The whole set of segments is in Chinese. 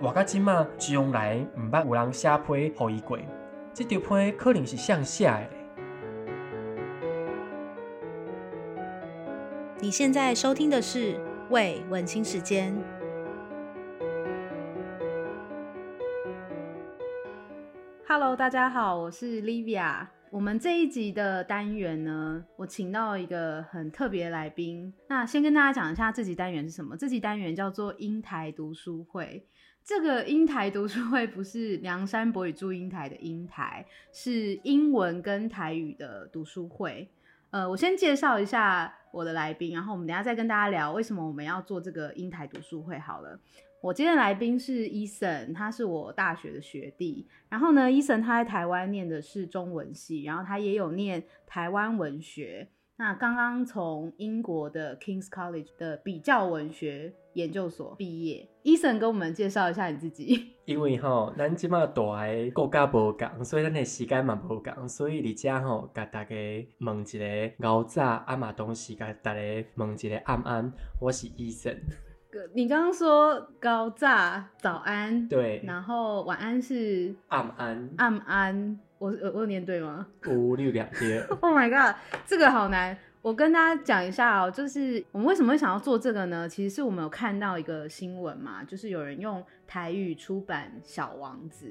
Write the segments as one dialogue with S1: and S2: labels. S1: 活到即马，从来毋捌有人写批互伊过。即条批可能是向写的咧。
S2: 你现在收听的是《喂文青时间》。Hello，大家好，我是 Livia。我们这一集的单元呢，我请到一个很特别的来宾。那先跟大家讲一下这集单元是什么。这集单元叫做英台读书会。这个英台读书会不是梁山伯与祝英台的英台，是英文跟台语的读书会。呃，我先介绍一下我的来宾，然后我们等一下再跟大家聊为什么我们要做这个英台读书会好了。我今天的来宾是 Eason，他是我大学的学弟。然后呢，Eason 他在台湾念的是中文系，然后他也有念台湾文学。那刚刚从英国的 King's College 的比较文学研究所毕业。Eason 跟我们介绍一下你自己。
S1: 因为吼，咱即马大诶国家无共，所以咱诶时间嘛无共，所以伫遮吼，甲大家问一个熬早，啊嘛同时甲大家问一个暗安，我是医生，
S2: 你刚刚说高炸早安，
S1: 对，啊
S2: 然后晚安是
S1: 暗安，
S2: 暗安，我我我有念对吗
S1: 有你有两对。
S2: ？Oh my god，这个好难。我跟大家讲一下哦，就是我们为什么会想要做这个呢？其实是我们有看到一个新闻嘛，就是有人用台语出版《小王子》，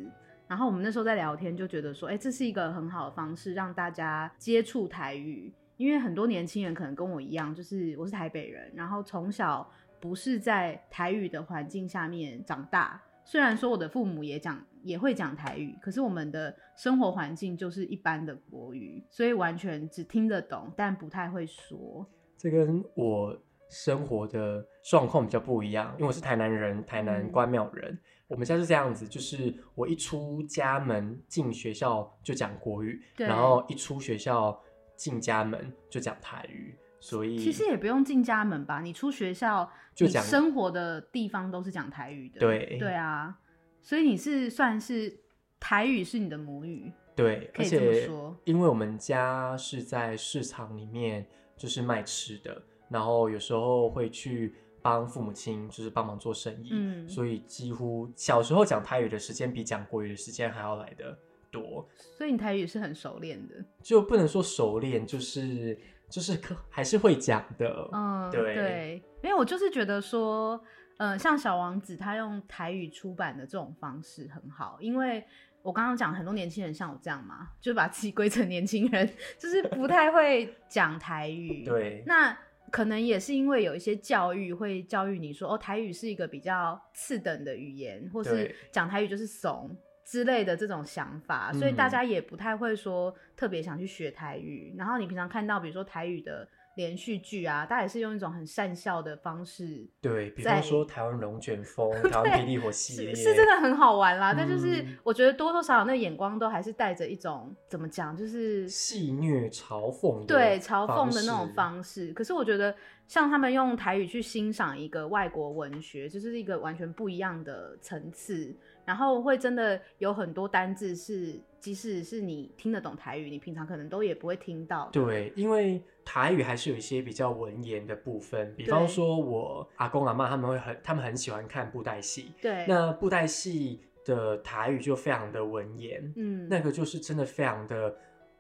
S2: 然后我们那时候在聊天就觉得说，哎、这是一个很好的方式让大家接触台语，因为很多年轻人可能跟我一样，就是我是台北人，然后从小不是在台语的环境下面长大。虽然说我的父母也讲也会讲台语，可是我们的生活环境就是一般的国语，所以完全只听得懂，但不太会说。
S1: 这跟我生活的状况比较不一样，因为我是台南人，台南
S2: 嗯
S1: 关庙人。我们家是这样子，就是我一出家门进学校就讲国语，
S2: 对
S1: 然后一出学校进家门就讲台语，所以
S2: 其实也不用进家门吧，你出学校，
S1: 就
S2: 你
S1: 讲
S2: 生活的地方都是讲台语的。
S1: 对
S2: 对啊，所以你是算是台语是你的母语。
S1: 对，
S2: 可以
S1: 而
S2: 这么
S1: 且
S2: 说
S1: 因为我们家是在市场里面就是卖吃的，然后有时候会去帮父母亲就是帮忙做生意，
S2: 嗯
S1: 所以几乎小时候讲台语的时间比讲国语的时间还要来的多，
S2: 所以你台语是很熟练的，
S1: 就不能说熟练，就是就是可还是会讲的，
S2: 嗯，
S1: 对
S2: 因为我就是觉得说，呃，像小王子他用台语出版的这种方式很好，因为我刚刚讲很多年轻人像我这样嘛，就把自己 归成年轻人，就是不太会讲台语，
S1: 对
S2: 那可能也是因为有一些教育会教育你说，哦，台语是一个比较次等的语言，或是
S1: 对
S2: 讲台语就是怂之类的这种想法，所以大
S1: 嗯
S2: 家也不太会说特别想去学台语。然后你平常看到，比如说台语的连续剧啊，大家也是用一种很善笑的方式。
S1: 对，比
S2: 在
S1: 方说台湾龙卷 风、台湾霹雳火系列，
S2: 是是真的很好玩啦，但就是
S1: 嗯
S2: 我觉得多多少少那眼光都还是带着一种怎么讲，就是
S1: 戏谑嘲讽的
S2: 对嘲讽的那
S1: 方
S2: 种
S1: 式
S2: 方式。可是我觉得，像他们用台语去欣赏一个外国文学，就是一个完全不一样的层次。然后会真的有很多单字是，即使是你听得懂台语，你平常可能都也不会听到的。
S1: 对，因为台语还是有一些比较文言的部分，比
S2: 对
S1: 方说我阿公阿妈他们会很，他们很喜欢看布袋戏，
S2: 对，
S1: 那布袋戏的台语就非常的文言，
S2: 嗯，
S1: 那个就是真的非常的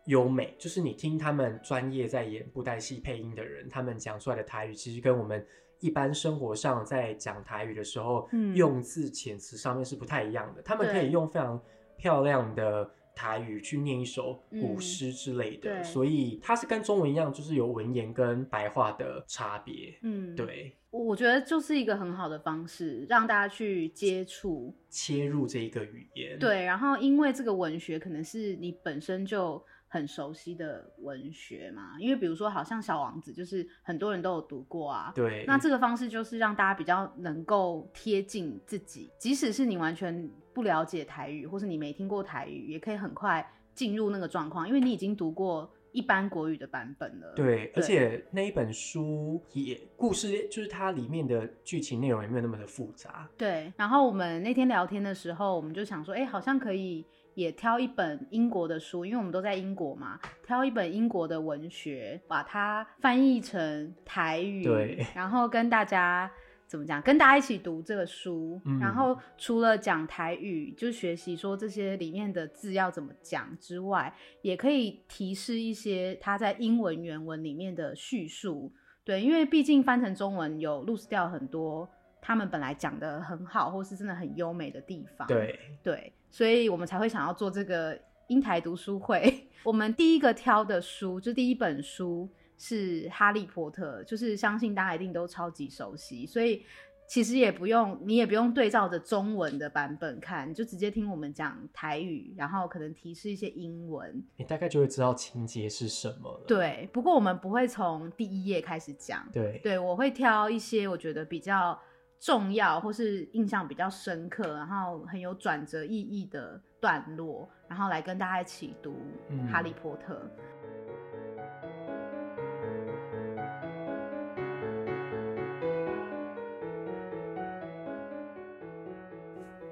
S1: 优美，就是你听他们专业在演布袋戏配音的人，他们讲出来的台语，其实跟我们一般生活上在讲台语的时候，
S2: 嗯
S1: 用字遣词上面是不太一样的。他们可
S2: 对
S1: 以用非常漂亮的台语去念一首古
S2: 嗯
S1: 诗之类的，
S2: 对
S1: 所以它是跟中文一样，就是有文言跟白话的差别。
S2: 嗯，，
S1: 对，
S2: 我觉得就是一个很好的方式，让大家去接触。
S1: 切入这一个语言，，
S2: 对，然后因为这个文学可能是你本身就很熟悉的文学嘛，因为比如说好像《小王子》，就是很多人都有读过啊。
S1: 对，
S2: 那这个方式就是让大家比较能够贴近自己，即使是你完全不了解台语，或是你没听过台语，也可以很快进入那个状况，因为你已经读过一般国语的版本了。
S1: 对，而
S2: 对
S1: 且那一本书也故事，就是它里面的剧情内容也没有那么的复杂。
S2: 对，然后我们那天聊天的时候，我们就想说，哎、好像可以也挑一本英国的书，因为我们都在英国嘛，挑一本英国的文学，把它翻译成台语，
S1: 对
S2: 然后跟大家怎么讲，跟大家一起读这个书，
S1: 嗯
S2: 然后除了讲台语，就学习说这些里面的字要怎么讲之外，也可以提示一些他在英文原文里面的叙述。对，因为毕竟翻成中文有 lose 掉很多他们本来讲的很好，或是真的很优美的地方。
S1: 对，
S2: 对，所以我们才会想要做这个英台读书会。 我们第一个挑的书，就第一本书是《哈利波特》，就是相信大家一定都超级熟悉，所以其实也不用，你也不用对照着中文的版本看，你就直接听我们讲台语，然后可能提示一些英文。
S1: 你大概就会知道情节是什么了。
S2: 对，不过我们不会从第一页开始讲，
S1: 对
S2: 对，我会挑一些我觉得比较重要或是印象比较深刻，然后很有转折意义的段落，然后来跟大家一起读
S1: 嗯
S2: 《哈利波特》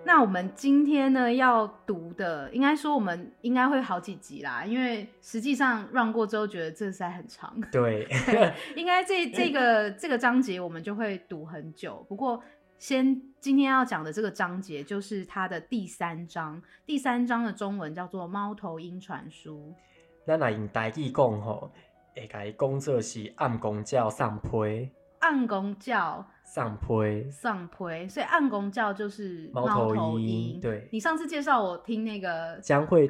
S2: 那我们今天呢要读的，应该说我们应该会好几集啦，因为实际上 run 过之后觉得这实在很长。
S1: 对
S2: 应该这这个
S1: 嗯
S2: 这个章节我们就会读很久，不过先今天要讲的这个章节就是它的第三章，第三章的中文叫做《猫头鹰传书
S1: 咱来用台语讲吼，会甲伊讲做是暗公鸟送批，》，
S2: 暗公教
S1: 送批，
S2: 上陪，所以暗公教就是
S1: 猫头
S2: 头
S1: 鹰
S2: 鹰。
S1: 对
S2: 你上次介绍我听那个，
S1: 将会。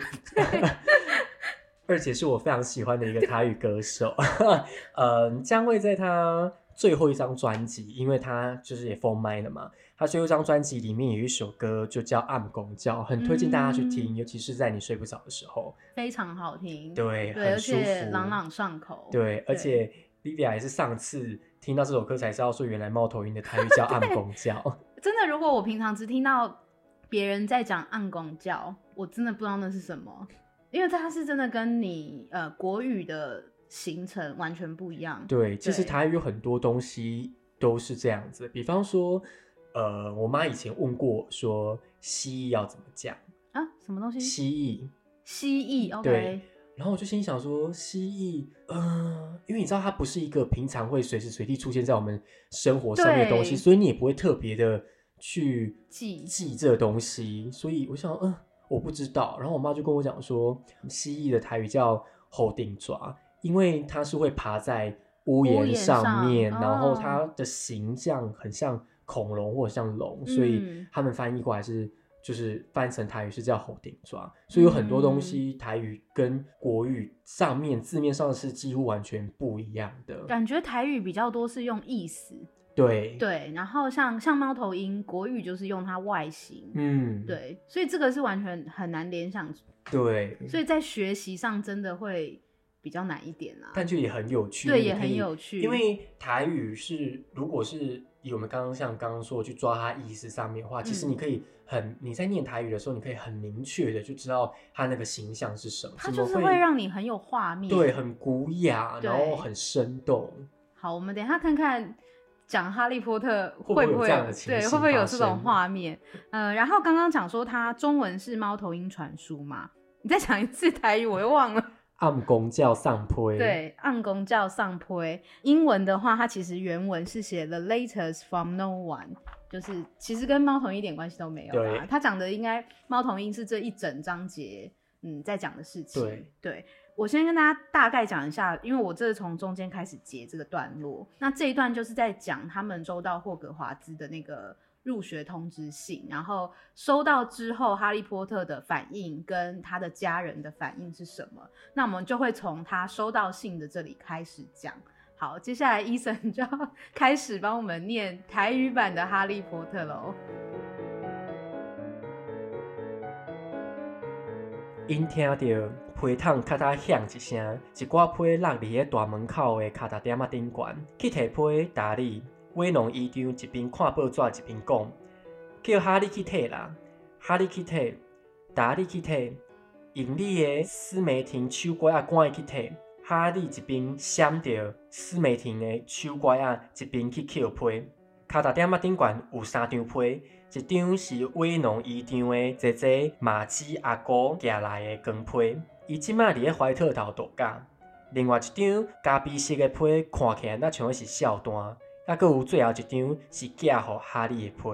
S1: 二姐是我非常喜欢的一个台语歌手， 嗯，将会在她最后一张专辑，因为她就是也封麦了嘛，她最后一张专辑里面有一首歌就叫《暗公叫》，很推荐大家去
S2: 嗯
S1: 听，尤其是在你睡不着的时候，
S2: 非常好听，
S1: 对，
S2: 对，而
S1: 很舒
S2: 且
S1: 服，
S2: 朗朗上口，
S1: 对，而
S2: 对
S1: 且 Livia 也是上次听到这首歌才知道，说原来猫头鹰的台语叫暗公 叫。
S2: 真的，如果我平常只听到别人在讲暗公教，我真的不知道那是什么，因为它是真的跟你呃国语的形成完全不一样。
S1: 对，其实
S2: 对
S1: 台语有很多东西都是这样子，比方说，呃，我妈以前问过我说蜥蜴要怎么讲，
S2: 啊，什么东西？
S1: 蜥蜴，
S2: 蜥蜴，OK，
S1: 对然后我就心想说蜥蜴，呃，因为你知道它不是一个平常会随时随地出现在我们生活上面的东西，
S2: 对
S1: 所以你也不会特别的去
S2: 记
S1: 记这东西，所以我想，嗯，我不知道。然后我妈就跟我讲说，蜥蜴的台语叫后顶爪，因为它是会爬在屋
S2: 屋
S1: 檐
S2: 檐
S1: 上
S2: 上
S1: 面，然后
S2: 哦
S1: 它的形象很像恐龙或者像龙，所以
S2: 嗯
S1: 他们翻译过来是。就是翻成台语是叫后顶爪，所以有很多东
S2: 嗯
S1: 西台语跟国语上面字面上是几乎完全不一样的。
S2: 感觉台语比较多是用意思，
S1: 对，
S2: 对，然后像像猫头鹰，国语就是用它外形，
S1: 嗯，
S2: 对，所以这个是完全很难联想，
S1: 对，
S2: 所以在学习上真的会比较难一点啊啦。
S1: 但就也很有趣，
S2: 对
S1: 你
S2: 也
S1: 可
S2: 很
S1: 以
S2: 有趣
S1: 因为台语是，如果是以我们刚刚像刚刚说去抓它意思上面的话，其实
S2: 嗯
S1: 你可以很、你在念台语的时候，你可以很明确的就知道它那个形象是什么，
S2: 它
S1: 怎
S2: 就
S1: 么
S2: 是会让你很有画面，
S1: 对很古雅，然后
S2: 对
S1: 很生动。
S2: 好，我们等一下看看讲哈利波特
S1: 会不
S2: 会
S1: 会有
S2: 会
S1: 这样的
S2: 有
S1: 情
S2: 对
S1: 形
S2: 会不会有
S1: 发
S2: 这种
S1: 生
S2: 画面？呃，然后刚刚讲说它中文是猫头鹰传书嘛，你再讲一次台语我又忘了。
S1: 暗公叫上坡，，
S2: 对，暗公叫上坡。英文的话，它其实原文是写 the letters from no one，就是其实跟猫头鹰一点关系都没有啦
S1: 对。
S2: 它讲的应该猫头鹰是这一整章节嗯在讲的事情。
S1: 对
S2: 我先跟大家大概讲一下，因为我这是从中间开始截这个段落。那这一段就是在讲他们收到霍格华兹的那个入学通知信，然后收到之后，哈利波特的反应跟他的家人的反应是什么？那我们就会从他收到信的这里开始讲。好，接下来医生就要 开始帮我们念台语版的《哈利波特》喽。
S1: 因听到批桶咔嗒响一声，一挂批落伫咧大门口的咔嗒点仔顶悬，去摕批打理。威农医长一边看报纸一边讲：“叫哈利去摕啦，哈利去摕，打理去摕。”用你的斯梅婷手瓜仔赶伊去摕。哈利一边闪着斯梅婷的手瓜仔，一边去捡批。卡达点仔顶悬有三张批，一张是威农医长的姐姐马基阿姑寄来的光批，伊即马伫咧怀特头度假。另外一张咖啡色的批看起来那像是笑单，啊，佮有最后一张是寄互哈利的批。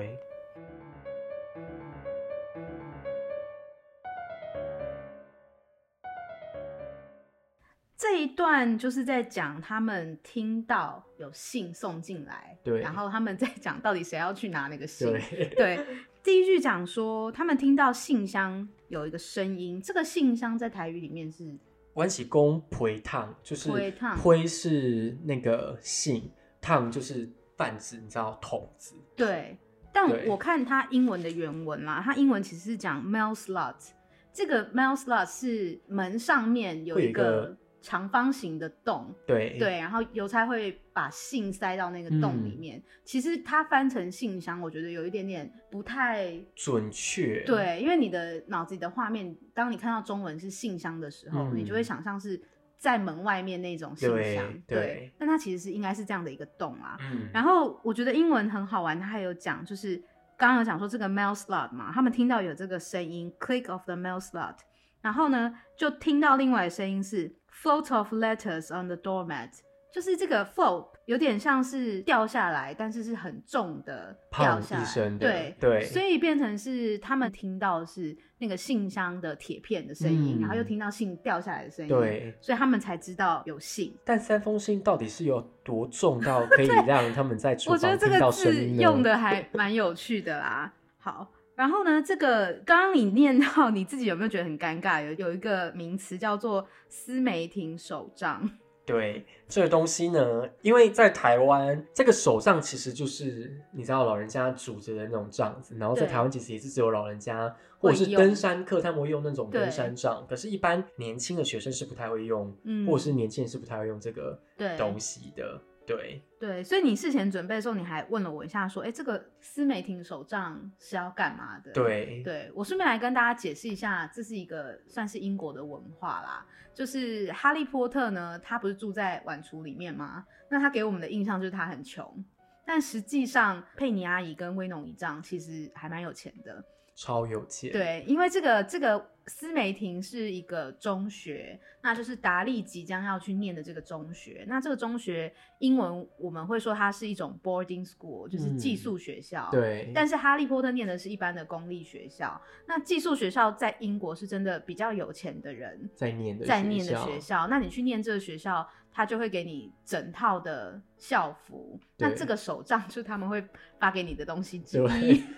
S2: 这一段就是在讲他们听到有信送进来，
S1: 对
S2: 然后他们在讲到底谁要去拿那个信。
S1: 对，
S2: 对，第一句讲说他们听到信箱有一个声音，这个信箱在台语里面是
S1: 阮是讲批烫，就是
S2: 批烫
S1: 批是那个信，烫就是泛指，你知道筒子。
S2: 对，但
S1: 对
S2: 我看它英文的原文啦，它英文其实是讲 mail slot，这个 mail slot 是门上面有
S1: 会有
S2: 一
S1: 一个
S2: 个长方形的洞，
S1: 对
S2: 对，然后邮差会把信塞到那个洞里
S1: 嗯
S2: 面。其实它翻成信箱，我觉得有一点点不太
S1: 准确。
S2: 对，因为你的脑子里的画面，当你看到中文是信箱的时候，你就会
S1: 嗯
S2: 想象是在门外面那种信
S1: 对
S2: 箱。
S1: 对
S2: 但它其实是应该是这样的一个洞啊。
S1: 嗯，
S2: 然后我觉得英文很好玩，它还有讲就是刚刚有讲说这个 mail slot 嘛，他们听到有这个声音 click of the mail slot，然后呢就听到另外的声音是 float of letters on the doormat，就是这个 float 有点像是掉下来，但是是很重的掉
S1: 胖
S2: 下来，
S1: 一声的，
S2: 对。
S1: 对，
S2: 所以变成是他们听到的是那个信箱的铁片的声音，
S1: 嗯
S2: 然后又听到信掉下来的声音，，
S1: 对。
S2: 所以他们才知道有信。
S1: 但三封信到底是有多重 到可以让他们在厨
S2: 我觉得
S1: 房
S2: 这
S1: 听到
S2: 个
S1: 声
S2: 字
S1: 音呢？
S2: 用的还蛮有趣的啦。好，然后呢，这个刚刚你念到，你自己有没有觉得很尴尬？有有一个名词叫做司梅亭手杖，
S1: 对这个东西呢，因为在台湾，这个手杖其实就是你知道老人家拄着的那种杖子，然后在
S2: 对
S1: 台湾其实也是只有老人家或者
S2: 会
S1: 是
S2: 用
S1: 登山客他们会用那种
S2: 对
S1: 登山杖，可是，一般年轻的学生是不太会用，
S2: 嗯
S1: 或者是年轻人是不太会用这个
S2: 对
S1: 东西的。对，
S2: 对，所以你事前准备的时候，你还问了我一下，说，哎，这个司梅亭手杖是要干嘛的？
S1: 对，
S2: 对我顺便来跟大家解释一下，这是一个算是英国的文化啦。就是哈利波特呢，他不是住在晚厨里面吗？那他给我们的印象就是他很穷，但实际上佩妮阿姨跟威农一丈其实还蛮有钱的。
S1: 超有钱。，
S2: 对，因为这个这个斯梅廷是一个中学，那就是达利即将要去念的这个中学。那这个中学英文我们会说它是一种 boarding school，就是寄
S1: 嗯
S2: 宿学校。
S1: 对，
S2: 但是哈利波特念的是一般的公立学校，那寄宿学校在英国是真的比较有钱的人
S1: 在念的
S2: 在念的
S1: 校
S2: 学校。那你去念这个学校，他就会给你整套的校服。那
S1: 对
S2: 这个手杖就是他们会发给你的东西之一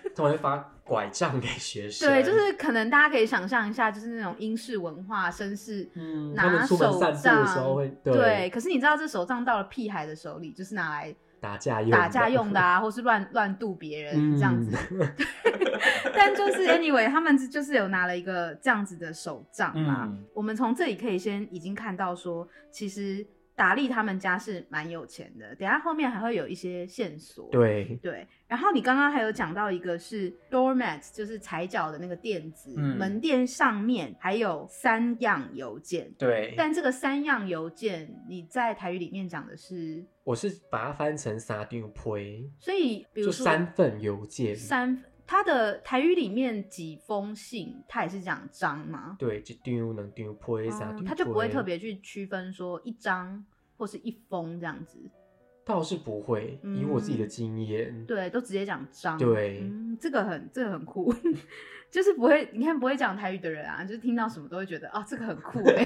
S1: 对。，他们会发拐杖给学生。
S2: 嗯对，就是可能大家可以想象一下，就是那种英式文化、绅士。
S1: 嗯，他
S2: 拿
S1: 们
S2: 手
S1: 出门散步的时候
S2: 杖
S1: 会，
S2: 对，可是你知道这手杖到了屁孩的手里，就是拿来
S1: 打架用
S2: 打架
S1: 的
S2: 用的啊，或是乱乱度别人这样子。
S1: 嗯
S2: 但就是 anyway，他们就是有拿了一个这样子的手杖啦。
S1: 嗯
S2: 我们从这里可以先已经看到说，其实达利他们家是蛮有钱的。等一下后面还会有一些线索。
S1: 对，
S2: 对然后你刚刚还有讲到一个是 doormat，就是踩脚的那个垫子，
S1: 嗯
S2: 门店上面还有三样邮件。
S1: 对，
S2: 但这个三样邮件，你在台语里面讲的是，
S1: 我是把它翻成沙丁胚，
S2: 所以比如
S1: 就
S2: 说
S1: 三份邮件，
S2: 三，他的台语里面几封信，他也是讲章吗？
S1: 对，一张两张批，三张
S2: 他哦就不会特，别去区分说一张或是一封这样子，
S1: 倒是不会，以我自己的经验，
S2: 嗯对，都直接讲章。
S1: 对
S2: 嗯，这个很这个很酷， 就是不会，你看不会讲台语的人啊，就是听到什么都会觉得哦，这个很酷哎、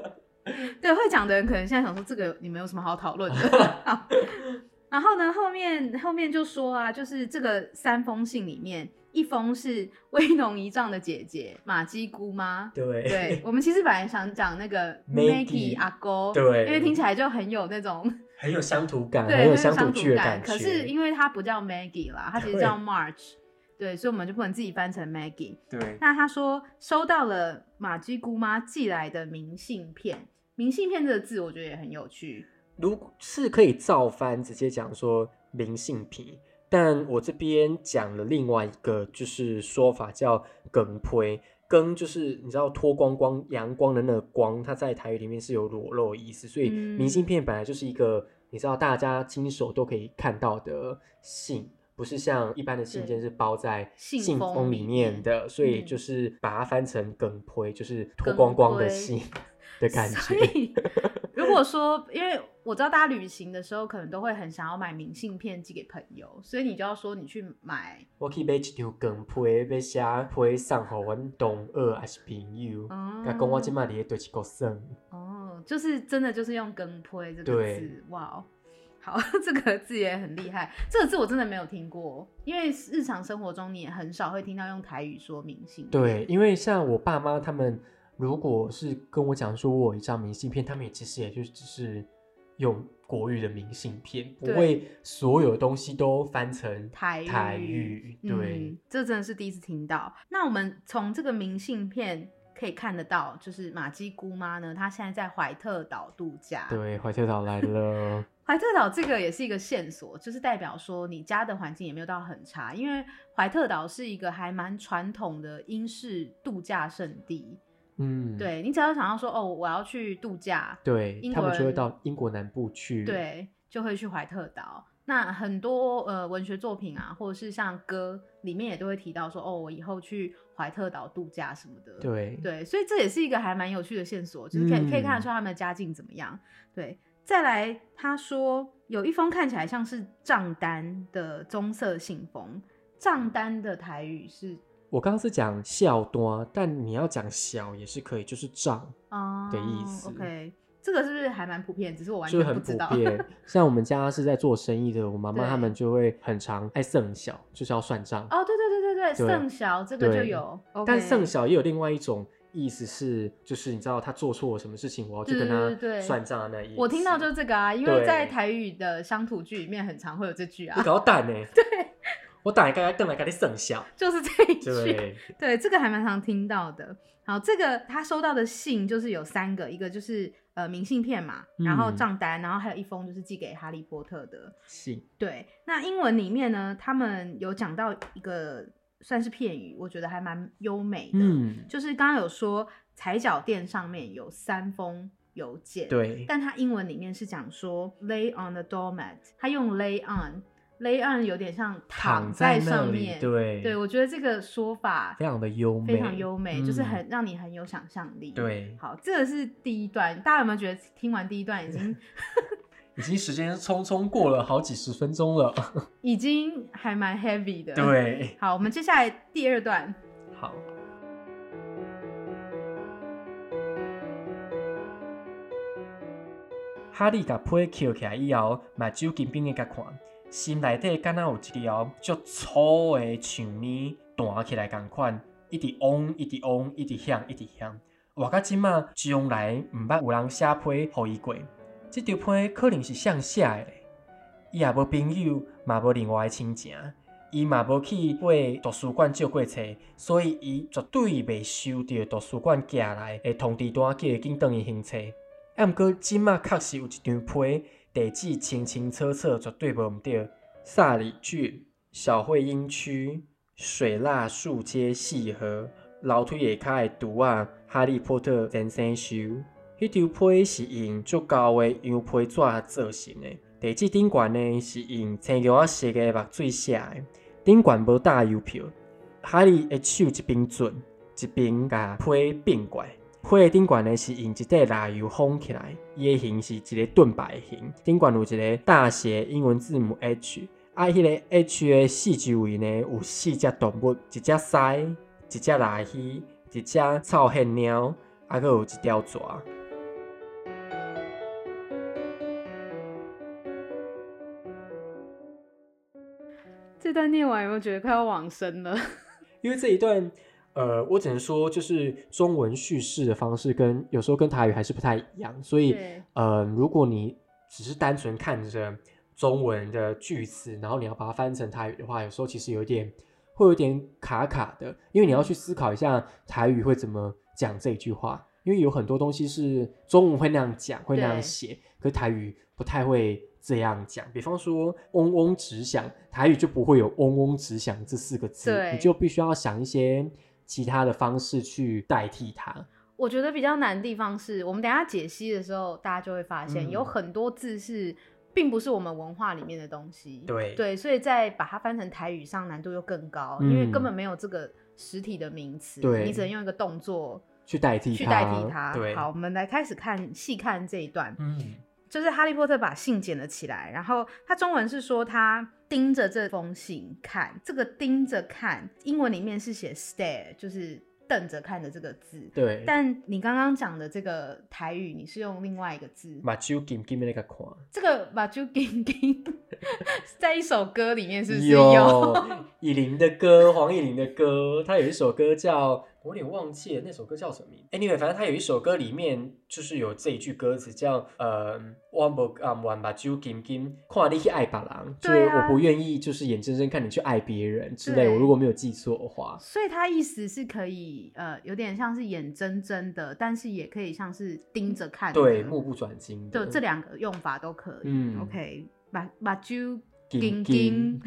S2: 对，会讲的人可能现在想说这个你们有什么好讨论的。 好然后呢，后面后面就说啊，就是这个三封信里面，一封是威农一丈的姐姐玛姬姑妈，
S1: 对
S2: 对，我们其实本来想讲那个
S1: Maggie，
S2: Maggie 阿勾，
S1: 对
S2: 因为听起来就很有那种
S1: 很有乡土感，
S2: 对
S1: 很有
S2: 乡
S1: 土剧的
S2: 感。
S1: 觉。
S2: 可是因为它不叫 Maggie 啦，它其实
S1: 对
S2: 叫 March，对，所以我们就不能自己翻成 Maggie。
S1: 对
S2: 那他说收到了马姬姑妈寄来的明信片，明信片这个字我觉得也很有趣。
S1: 如果是可以照翻，直接讲说明信片。但我这边讲了另外一个就是说法叫梗胚，梗就是你知道脱光光阳光的那个光，它在台语里面是有裸露的意思，所以
S2: 嗯
S1: 明信片本来就是一个你知道大家经手都可以看到的信。不是像一般的信件
S2: 对
S1: 是包在
S2: 信
S1: 信
S2: 封
S1: 封
S2: 里
S1: 里面
S2: 面
S1: 的，所以
S2: 嗯
S1: 就是把它翻成梗胚，就是脱
S2: 梗
S1: 光光的
S2: 胚
S1: 信的感
S2: 所
S1: 觉。
S2: 以如果说，因为我知道大家旅行的时候可能都会很想要买明信片寄给朋友，所以你就要说你去买，
S1: 我去买一张光批，要写批送互阮同学还是朋友，
S2: 嗯，
S1: 甲讲我即摆伫咧对一个耍。
S2: 哦，就是真的就是用“根胚”这个
S1: 对
S2: 字，哇哦，好， 这个字也很厉害。这个字我真的没有听过，因为日常生活中你也很少会听到用台语说明信。，
S1: 对，因为像我爸妈他们，如果是跟我讲说我有一张明信片，他们也其实也就只是用国语的明信片，不
S2: 对
S1: 会所有东西都翻成
S2: 台语，
S1: 台语。对，
S2: 嗯，这真的是第一次听到。那我们从这个明信片可以看得到，就是马基姑妈呢，她现在在怀特岛度假。。
S1: 对，怀特岛来 了。
S2: 怀特岛这个也是一个线索，就是代表说你家的环境也没有到很差，因为怀特岛是一个还蛮传统的英式度假胜地。
S1: 嗯，
S2: 对你只要想要说哦，我要去度假，
S1: 对，
S2: 英
S1: 他
S2: 国
S1: 们就会
S2: 人
S1: 到英国南部去。，
S2: 对，就会去怀特岛。那很多呃文学作品啊，或者是像歌里面也都会提到说哦，我以后去怀特岛度假什么的。
S1: 对，
S2: 对，所以这也是一个还蛮有趣的线索，就是可以、可以
S1: 嗯
S2: 看得出他们的家境怎么样。对，再来他说有一封看起来像是账单的棕色信封，账单的台语是
S1: 我刚刚是讲孝多，但你要讲小也是可以，就是账，
S2: 哦
S1: 的意思
S2: OK，这个是不是还蛮普遍？只是我完
S1: 就是
S2: 全不
S1: 很
S2: 知
S1: 普
S2: 道。
S1: 遍。 像我们家是在做生意的，我妈妈
S2: 对
S1: 他们就会很常爱剩小，就是要算账。
S2: 哦，对对对对对，
S1: 对
S2: 圣小这个就
S1: 对
S2: 有，
S1: 但
S2: OK
S1: 剩小也有另外一种意思是，就是你知道他做错了什么事情，我要去跟
S2: 对对
S1: 他
S2: 对
S1: 算账的那一。
S2: 我听到就是这个啊，因为
S1: 对
S2: 在台语的乡土剧里面很常会有这句
S1: 你
S2: 啊，
S1: 搞蛋呢？ 对，我蛋刚刚瞪来给你剩小。
S2: 就是这一句。
S1: 对，
S2: 对，这个还蛮常听到的。好，这个他收到的信就是有三个，一个就是呃明信片嘛，然后
S1: 嗯
S2: 账单，然后还有一封就是寄给哈利波特的。
S1: 信
S2: 对，那英文里面呢，他们有讲到一个算是片语，我觉得还蛮优美的，
S1: 嗯，
S2: 就是刚刚有说踩脚店上面有三封邮件，，
S1: 对，
S2: 但它英文里面是讲说 lay on the doormat，它用 lay on，lay on 有点像躺在
S1: 那
S2: 上
S1: 里
S2: 面，
S1: 对
S2: 对，我觉得这个说法
S1: 非常的优美，
S2: 非常优美，就是
S1: 嗯
S2: 很让你很有想象力。，
S1: 对，
S2: 好，这个是第一段，大家有没有觉得听完第一段 已经
S1: 已经时间匆匆过了好几十分钟了。
S2: 已经还蛮 heavy 的？。
S1: 对，
S2: 好，我们接下来第二段，
S1: 好，哈利甲被捡起来以后，目睭金冰的甲看，心内底敢若有一条足粗的橡链弹起来共款，一直嗡，一直嗡，一直响，一直响。活到即马，从来毋捌有人写批互伊过，即条批可能是谁写的咧？伊也无朋友，嘛无另外的亲情。伊嘛无去过图书馆借过册，所以伊绝对袂收到图书馆寄来的通知单，叫伊紧转去行册。啊，毋过即马确实有一张批，地址清清楚楚，绝对无毋对。萨里郡小惠英区水蜡树街四号楼梯下骹的橱啊，哈利波特先生收。迄张批是用足厚的羊皮纸做成的，地址顶悬呢是用青椒仔色的墨水写的，顶悬无打邮票。哈利的手一边准，一边甲批并过来。花的顶悬呢是用一块蜡油封起来，伊的形是一个盾牌的形，顶悬有一个大写英文字母 H，啊，迄、个 H 的四周围呢有四只动物，一只狮，一只蜡鱼，一只臭黑猫，啊，佮有一条蛇。
S2: 这段念完有没有觉得快要往生了？
S1: 因为这一段，呃，我只能说就是中文叙事的方式跟有时候跟台语还是不太一样，所以
S2: 对，
S1: 呃，如果你只是单纯看着中文的句子，然后你要把它翻成台语的话，有时候其实有点会有点卡卡的，因为你要去思考一下台语会怎么讲这一句话，因为有很多东西是中文会那样讲，会那
S2: 对
S1: 样写，可是台语不太会。这样讲，比方说“嗡嗡直响”，台语就不会有“嗡嗡直响”这四个字，
S2: 对
S1: 你就必须要想一些其他的方式去代替它。
S2: 我觉得比较难的地方是我们等一下解析的时候，大家就会发现、
S1: 嗯
S2: 有很多字是并不是我们文化里面的东西。
S1: 对
S2: 对，所以再把它翻成台语上难度又更高，因为根本没有这个实体的名词，
S1: 嗯对
S2: 你只能用一个动作
S1: 去代替它，
S2: 去代替它。
S1: 对，
S2: 好，我们来开始看细看这一段。
S1: 嗯，
S2: 就是哈利波特把信捡了起来，然后他中文是说他盯着这封信看，这个盯着看，英文里面是写 stare，就是瞪着看的这个字。
S1: 对，
S2: 但你刚刚讲的这个台语，你是用另外一个字，
S1: 目睭金金的那个看，
S2: 这个把就给给， 在一首歌里面是不是
S1: 以琳的歌，黄以琳的歌，她有一首歌叫，我有点忘记了那首歌叫什么名。Anyway，反正她有一首歌里面就是有这一句歌词叫呃，我不啊，我把酒金金，看你去爱别人，就是
S2: 对啊
S1: 我不愿意就是眼睁睁看你去爱别人之类。
S2: 对
S1: 我如果没有记错的话，
S2: 所以他意思是可以，呃，有点像是眼睁睁的，但是也可以像是盯着看的。
S1: 对，目不转睛的。
S2: 对，这两个用法都可以。
S1: 嗯
S2: OK，把把啾
S1: 金
S2: 金
S1: 金
S2: 金，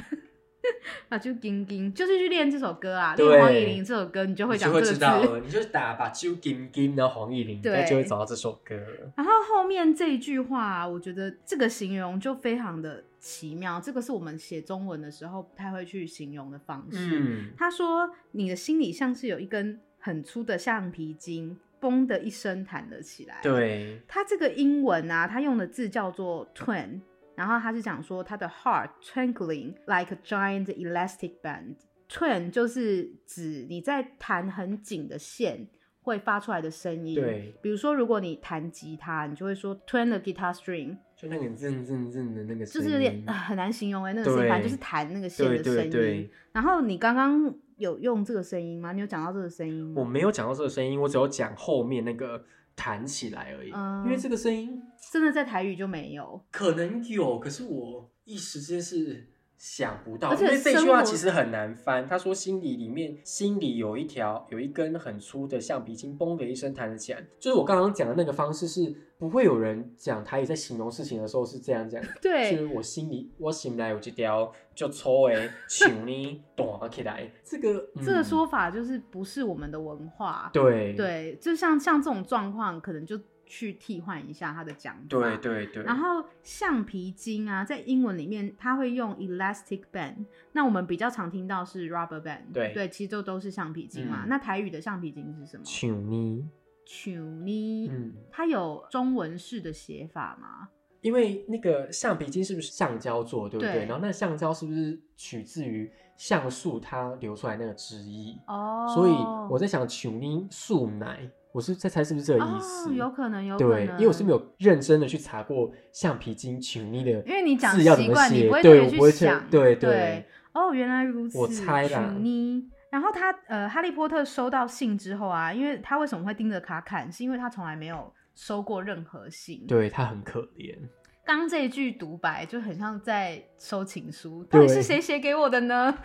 S2: 把啾金金，就是去练这首歌啊，
S1: 对
S2: 练黄以玲这首歌，你就会
S1: 你
S2: 讲
S1: 就会
S2: 这
S1: 知
S2: 个字。
S1: 道了，你就打把酒金金，然后黄以玲，
S2: 对
S1: 他就会找到这首歌了。
S2: 然后后面这一句话啊、我觉得这个形容就非常的奇妙，这个是我们写中文的时候不太会去形容的方式。
S1: 嗯，
S2: 他说：“你的心里像是有一根很粗的橡皮筋，嘣的一声弹了起来。”
S1: 对，
S2: 它这个英文啊，它用的字叫做 twin，然后它是讲说它的 heart twinkling like a giant elastic band。twin 就是指你在弹很紧的线会发出来的声音。
S1: 对，
S2: 比如说如果你弹吉他，你就会说 twin the guitar string，
S1: 就那个震震震的那个
S2: 就
S1: 声音，
S2: 是有点、呃很难形容哎、那个声
S1: 对
S2: 音反正就是弹那个线
S1: 对
S2: 的声
S1: 对
S2: 音。
S1: 对，
S2: 然后你刚刚有用这个声音吗？你有讲到这个声音吗？
S1: 我没有讲到这个声音，我只有讲后面那个弹起来而已。
S2: 嗯
S1: 因为这个声音
S2: 真的在台语就没有。
S1: 可能有，可是我一时间是想不到。
S2: 而且
S1: 因为这句
S2: 生
S1: 话
S2: 活
S1: 其实很难翻。他说心里里面心里有一条有一根很粗的橡皮筋，嘣的一声弹了起来。就是我刚刚讲的那个方式是不会有人讲台语在形容事情的时候是这样讲的。
S2: 对，
S1: 就是我心里，我心内有一条就粗的像呢弹起来，这个、嗯
S2: 这个说法就是不是我们的文化。
S1: 对
S2: 对，就像像这种状况，可能就去替换一下它的讲法。
S1: 对对对，
S2: 然后橡皮筋啊，在英文里面它会用 elastic band，那我们比较常听到是 rubber band，
S1: 对
S2: 对，其实都都是橡皮筋嘛。
S1: 嗯
S2: 那台语的橡皮筋是什么？
S1: 像呢，
S2: 球呢？
S1: 嗯。
S2: 它有中文式的写法吗？
S1: 因为那个橡皮筋是不是橡胶做，对不对？
S2: 对
S1: 然后那橡胶是不是取自于橡树它流出来那个汁液？
S2: 哦，
S1: 所以我在想，球呢树奶，我是在猜是不是这个意思？
S2: 哦，有可能，有可
S1: 对
S2: 能，，
S1: 因为我是没有认真的去查过橡皮筋球呢的，
S2: 因为你讲
S1: 字要怎
S2: 习
S1: 么
S2: 惯，
S1: 写
S2: 你不会
S1: 对我
S2: 特
S1: 不会
S2: 别去
S1: 特
S2: 想。
S1: 对对
S2: 对。哦，原来如此。
S1: 我猜啦
S2: 许妮然后他呃，哈利波特收到信之后啊，因为他为什么会盯着卡看，是因为他从来没有收过任何信。，
S1: 对他很可怜。
S2: 刚刚这一句独白就很像在收情书，到底
S1: 对
S2: 是谁写给我的 呢？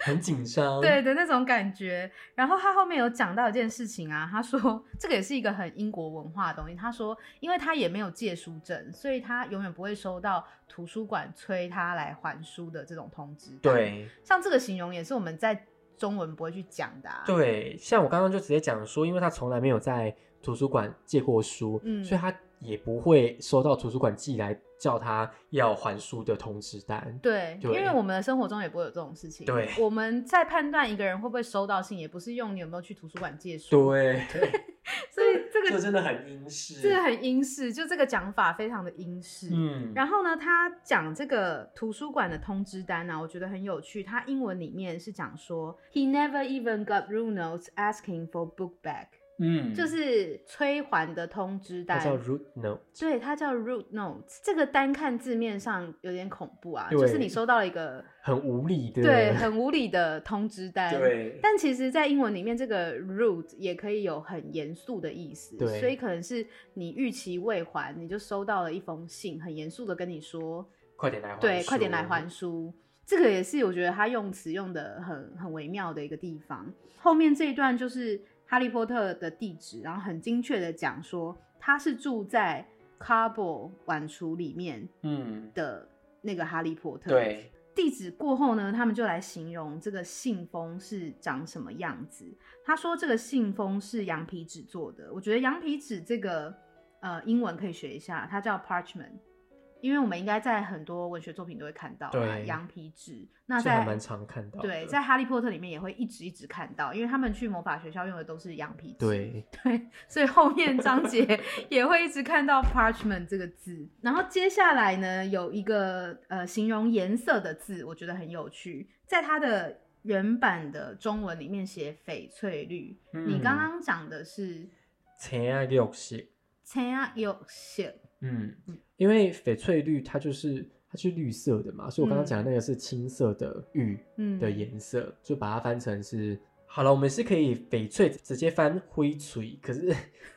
S1: 很紧张。
S2: 对的那种感觉。然后他后面有讲到一件事情啊，他说这个也是一个很英国文化的东西。他说，因为他也没有借书证，所以他永远不会收到图书馆催他来还书的这种通知。，
S1: 对
S2: 像这个形容也是我们在中文不会去讲的、啊。，
S1: 对，像我刚刚就直接讲说，因为他从来没有在图书馆借过书，
S2: 嗯
S1: 所以他也不会收到图书馆寄来叫他要还书的通知单。
S2: 对，
S1: 对
S2: 因为我们的生活中也不会有这种事情。
S1: 对
S2: 我们在判断一个人会不会收到信，也不是用你有没有去图书馆借书。，
S1: 对，
S2: 所以这
S1: 这
S2: 个
S1: 真的很英式。
S2: 这个很英式，就这个讲法非常的英式。
S1: 嗯，
S2: 然后呢，他讲这个图书馆的通知单呢、啊我觉得很有趣。他英文里面是讲说，He never even got room notes asking for book back，、
S1: 嗯，
S2: 就是催还的通知
S1: 他
S2: 单。
S1: 叫 root note。
S2: 对，它叫 root notes。这个单看字面上有点恐怖啊，
S1: 对
S2: 就是你收到了一个
S1: 很无理的，
S2: 对很无理的通知单。。
S1: 对
S2: 但其实，在英文里面，这个 rude 也可以有很严肃的意思，
S1: 对
S2: 所以可能是你逾期未还，你就收到了一封信，很严肃的跟你说，
S1: 快点来还，
S2: 对，快点来还。书。这个也是我觉得他用词用的很很微妙的一个地方。后面这一段就是哈利波特的地址，然后很精确的讲说他是住在 Carbo 晚厨里面
S1: 嗯，
S2: 的那个哈利波特。，
S1: 对，
S2: 地址过后呢，他们就来形容这个信封是长什么样子。他说这个信封是羊皮纸做的，我觉得羊皮纸这个呃英文可以学一下，它叫 parchment。因为我们应该在很多文学作品都会看到嘛，
S1: 对
S2: 羊皮纸。那
S1: 这还蛮
S2: 在
S1: 常看到的。
S2: 对，在《哈利波特》里面也会一直一直看到，因为他们去魔法学校用的都是羊皮纸。
S1: 对
S2: 对，所以后面章节也会一直看到 parchment 这个字。然后接下来呢，有一个呃形容颜色的字，我觉得很有趣，在它的原版的中文里面写翡翠绿，
S1: 嗯
S2: 你刚刚讲的是
S1: 青啊绿色，
S2: 青啊有血，
S1: 嗯
S2: 嗯，
S1: 因为翡翠绿它就是它是绿色的嘛，所以我刚刚讲的那个是青色的玉
S2: 嗯
S1: 的颜色，就把它翻成是。好了，我们是可以翡翠直接翻灰翠，可是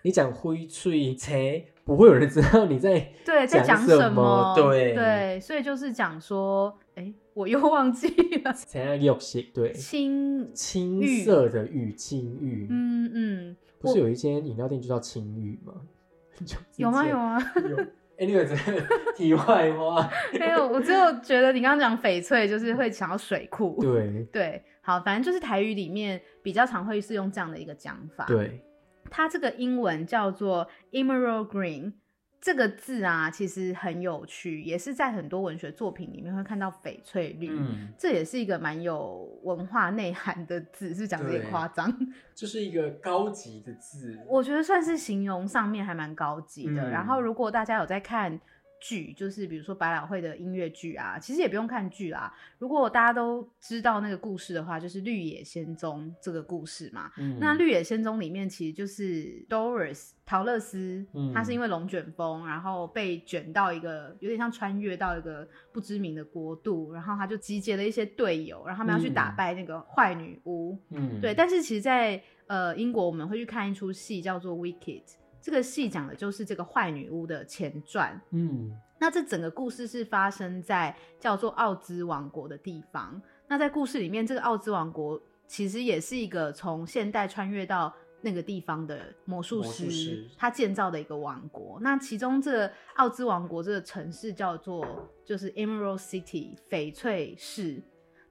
S1: 你讲灰翠青，不会有人知道你 在
S2: 对，在
S1: 讲
S2: 讲
S1: 什
S2: 什
S1: 么对
S2: 对，所以就是讲说，哎，我又 忘记了
S1: 青啊绿色，对，
S2: 青，
S1: 青
S2: 玉
S1: 色的玉，青玉，
S2: 嗯嗯，
S1: 不是有一间饮料店就叫青玉吗？ 就
S2: 有吗
S1: 之前
S2: 有吗？
S1: 有。Anyway，这个 题外话，
S2: 没有，我只有觉得你刚刚讲翡翠，就是会想到水库。
S1: 对
S2: 对，好，反正就是台语里面比较常会是用这样的一个讲法。，
S1: 对，
S2: 它这个英文叫做 emerald green，这个字啊，其实很有趣，也是在很多文学作品里面会看到翡翠绿。
S1: 嗯，
S2: 这也是一个蛮有文化内涵的字，是不是讲的有点
S1: 对
S2: 夸张。
S1: 就是一个高级的字，
S2: 我觉得算是形容上面还蛮高级的。
S1: 嗯
S2: 然后，如果大家有在看剧，就是比如说百老汇的音乐剧啊，其实也不用看剧啦。如果大家都知道那个故事的话，就是《绿野仙踪》这个故事嘛。
S1: 嗯
S2: 那《绿野仙踪》里面其实就是 Doris 陶乐斯，
S1: 嗯
S2: 她是因为龙卷风，然后被卷到一个有点像穿越到一个不知名的国度，然后她就集结了一些队友，然后他们要去打
S1: 嗯
S2: 败那个坏女巫。
S1: 嗯
S2: 对，但是其实在，呃英国，我们会去看一出戏叫做《Wicked》，这个戏讲的就是这个坏女巫的前传。
S1: 嗯
S2: 那这整个故事是发生在叫做奥兹王国的地方。那在故事里面，这个奥兹王国其实也是一个从现代穿越到那个地方的魔术
S1: 魔术
S2: 师
S1: 师
S2: 他建造的一个王国。那其中这个奥兹王国这个城市叫做就是 Emerald City 翡翠市。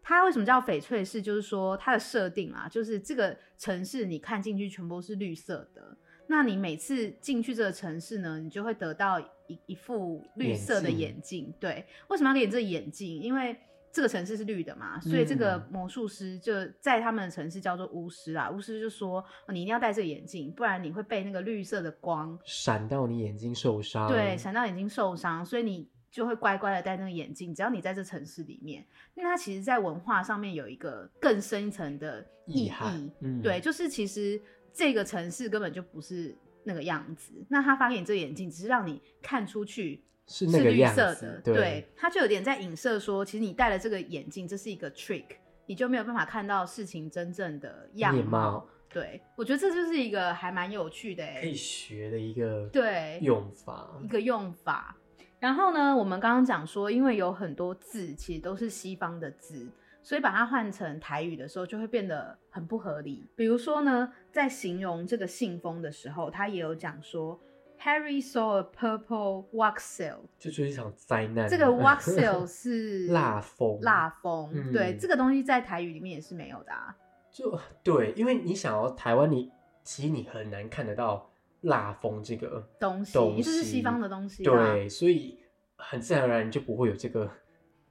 S2: 它为什么叫翡翠市？就是说它的设定啊，就是这个城市你看进去全部是绿色的，那你每次进去这个城市呢，你就会得到一一副绿色的眼
S1: 眼
S2: 镜。对，为什么要给你这眼镜？因为这个城市是绿的嘛，所以这个
S1: 嗯
S2: 魔术师就在他们的城市叫做巫师啦。巫师就说、哦你一定要戴这个眼镜，不然你会被那个绿色的光
S1: 闪到你眼睛受伤，
S2: 对，闪到眼睛受伤，所以你就会乖乖的戴那个眼镜。只要你在这城市里面，那它其实，在文化上面有一个更深一层的
S1: 意
S2: 意义。
S1: 涵，嗯
S2: 对，，就是其实这个城市根本就不是那个样子。那他发给你这个眼镜，只是让你看出去
S1: 是那个
S2: 绿
S1: 样
S2: 色的
S1: 子，，
S2: 对，它就有点在影射说，其实你戴了这个眼镜，这是一个 trick，你就没有办法看到事情真正的样
S1: 面貌
S2: 对，我觉得这就是一个还蛮有趣的、欸，
S1: 可以学的一个
S2: 对
S1: 用法
S2: 一，个用法。然后呢，我们刚刚讲说，因为有很多字其实都是西方的字，所以把它换成台语的时候，就会变得很不合理。比如说呢，在形容这个信封的时候，他也有讲说，Harry saw a purple waxel。
S1: 这就是一场灾难。
S2: 这个 waxel 是
S1: 蜡封，
S2: 蜡封，
S1: 嗯
S2: 对，这个东西在台语里面也是没有的啊。
S1: 就对，因为你想要台湾，你其实你很难看得到蜡封这个
S2: 东西，
S1: 东西
S2: 就是西方的东西啊。
S1: 对，所以很自然而然就不会有这个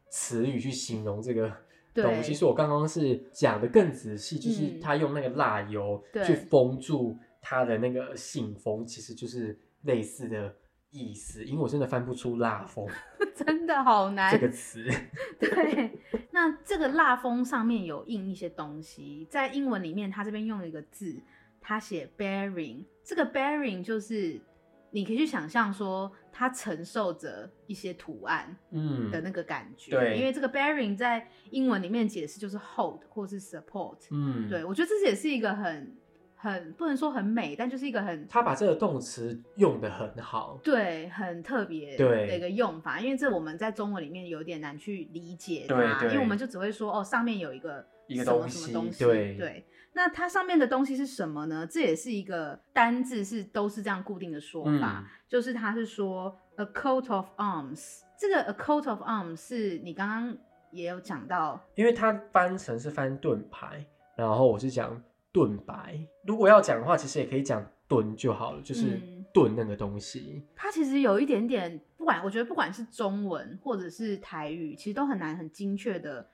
S1: 词语去形容这个
S2: 对
S1: 东西。所以我刚刚是讲的更仔细，就是
S2: 嗯
S1: 他用那个蜡油
S2: 对
S1: 去封住他的那个信封，其实就是类似的意思。因为我真的翻不出“蜡封
S2: 真的好”难。
S1: 这个词。
S2: 对，那这个蜡封上面有印一些东西，在英文里面，它这边用了一个字，它写 bearing。这个 bearing 就是你可以去想象说，它承受着一些图案
S1: 嗯，
S2: 的那个感觉。
S1: 对
S2: 因为这个 bearing 在英文里面解释就是 hold 或是 support。
S1: 嗯，
S2: 对，，我觉得这也是一个很很不能说很美，但就是一个很
S1: 他把这个动词用的很好。
S2: 对，很特别
S1: 对
S2: 的一个用法，因为这我们在中文里面有点难去理解它，
S1: 对对
S2: 因为我们就只会说哦，上面有一个
S1: 一个
S2: 什么
S1: 东
S2: 什么
S1: 西
S2: 东西，
S1: 对
S2: 那它上面的东西是什么呢？这也是一个单字是，都是这样固定的说
S1: 嗯，
S2: 法，就是它是说 a coat of arms，这个 a coat of arms 是你刚刚也有讲到，
S1: 因为它翻成是翻盾牌，然后我是讲盾白。如果要讲的话，其实也可以讲盾就好了，就是
S2: 嗯
S1: 盾那个东西。
S2: 它其实有一点点不管我觉得不管是中文或者是台语，其实都很难很精确的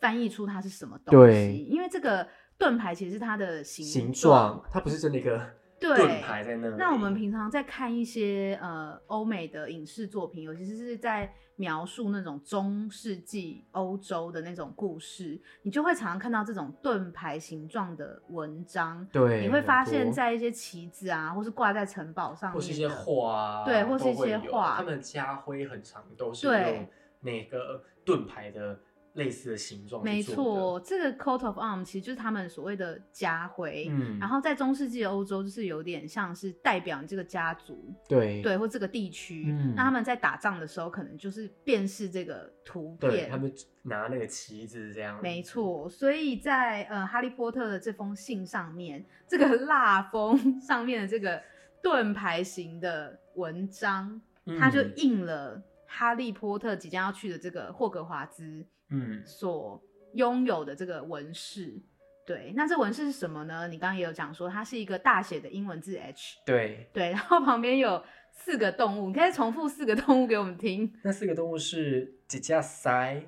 S2: 翻译出它是什么东
S1: 对
S2: 西，因为这个盾牌其实是它的形
S1: 形
S2: 状
S1: 状，嗯它不是真的一个
S2: 对
S1: 盾牌在那里。
S2: 那我们平常在看一些呃欧美的影视作品，尤其是在描述那种中世纪欧洲的那种故事，你就会常常看到这种盾牌形状的文章。
S1: 对
S2: 你会发
S1: 很
S2: 现
S1: 多
S2: 在一些旗子啊，或是挂在城堡上面的，
S1: 或是一些画啊，
S2: 对或是一
S1: 都会
S2: 些
S1: 有
S2: 画
S1: 他们家徽很长，都是
S2: 对
S1: 用那个盾牌的类似的形状
S2: 没
S1: 去做
S2: 错，这个 coat of arm 其实就是他们所谓的家徽。
S1: 的，嗯，
S2: 然后在中世纪的欧洲，就是有点像是代表你这个家族，
S1: 对
S2: 对，或这个地区。
S1: 嗯
S2: 那他们在打仗的时候，可能就是辨识这个图
S1: 对，
S2: 片
S1: 他。们拿那个旗子这样，
S2: 没，错，所以在呃《哈利波特》的这封信上面，这个 蜡封上面的这个盾牌型的文章，它就
S1: 嗯
S2: 印了哈利波特即将要去的这个霍格华兹
S1: 嗯
S2: 所拥有的这个纹饰。对，那这纹饰是什么呢？你刚刚也有讲说，它是一个大写的英文字 H，
S1: 对，
S2: 对， 然后旁边有四个动物，你可以重复四个动物给我们听。
S1: 那四个动物是一只狮，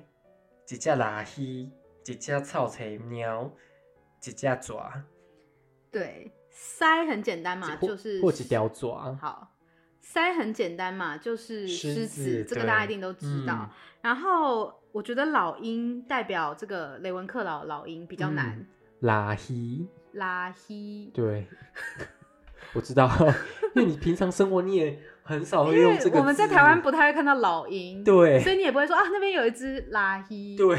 S1: 一只拉稀，一只臭菜鸟，一只蛇，
S2: 对，鳃很简单嘛，
S1: 或
S2: 就是
S1: 或一条蛇，
S2: 好，鳃很简单嘛，就是狮
S1: 子，
S2: 这个
S1: 对嗯
S2: 大家一定都知道。，然后我觉得老鹰代表这个雷文克劳老鹰比较难，
S1: 嗯拉稀，
S2: 拉希。
S1: 对，我知道， 因为你平常生活你也很少会
S2: 因
S1: 用
S2: 为
S1: 这个字，
S2: 我们在台湾不太会看到老鹰，，所
S1: 对
S2: 以你也不会说啊那边有一只拉希。，
S1: 对，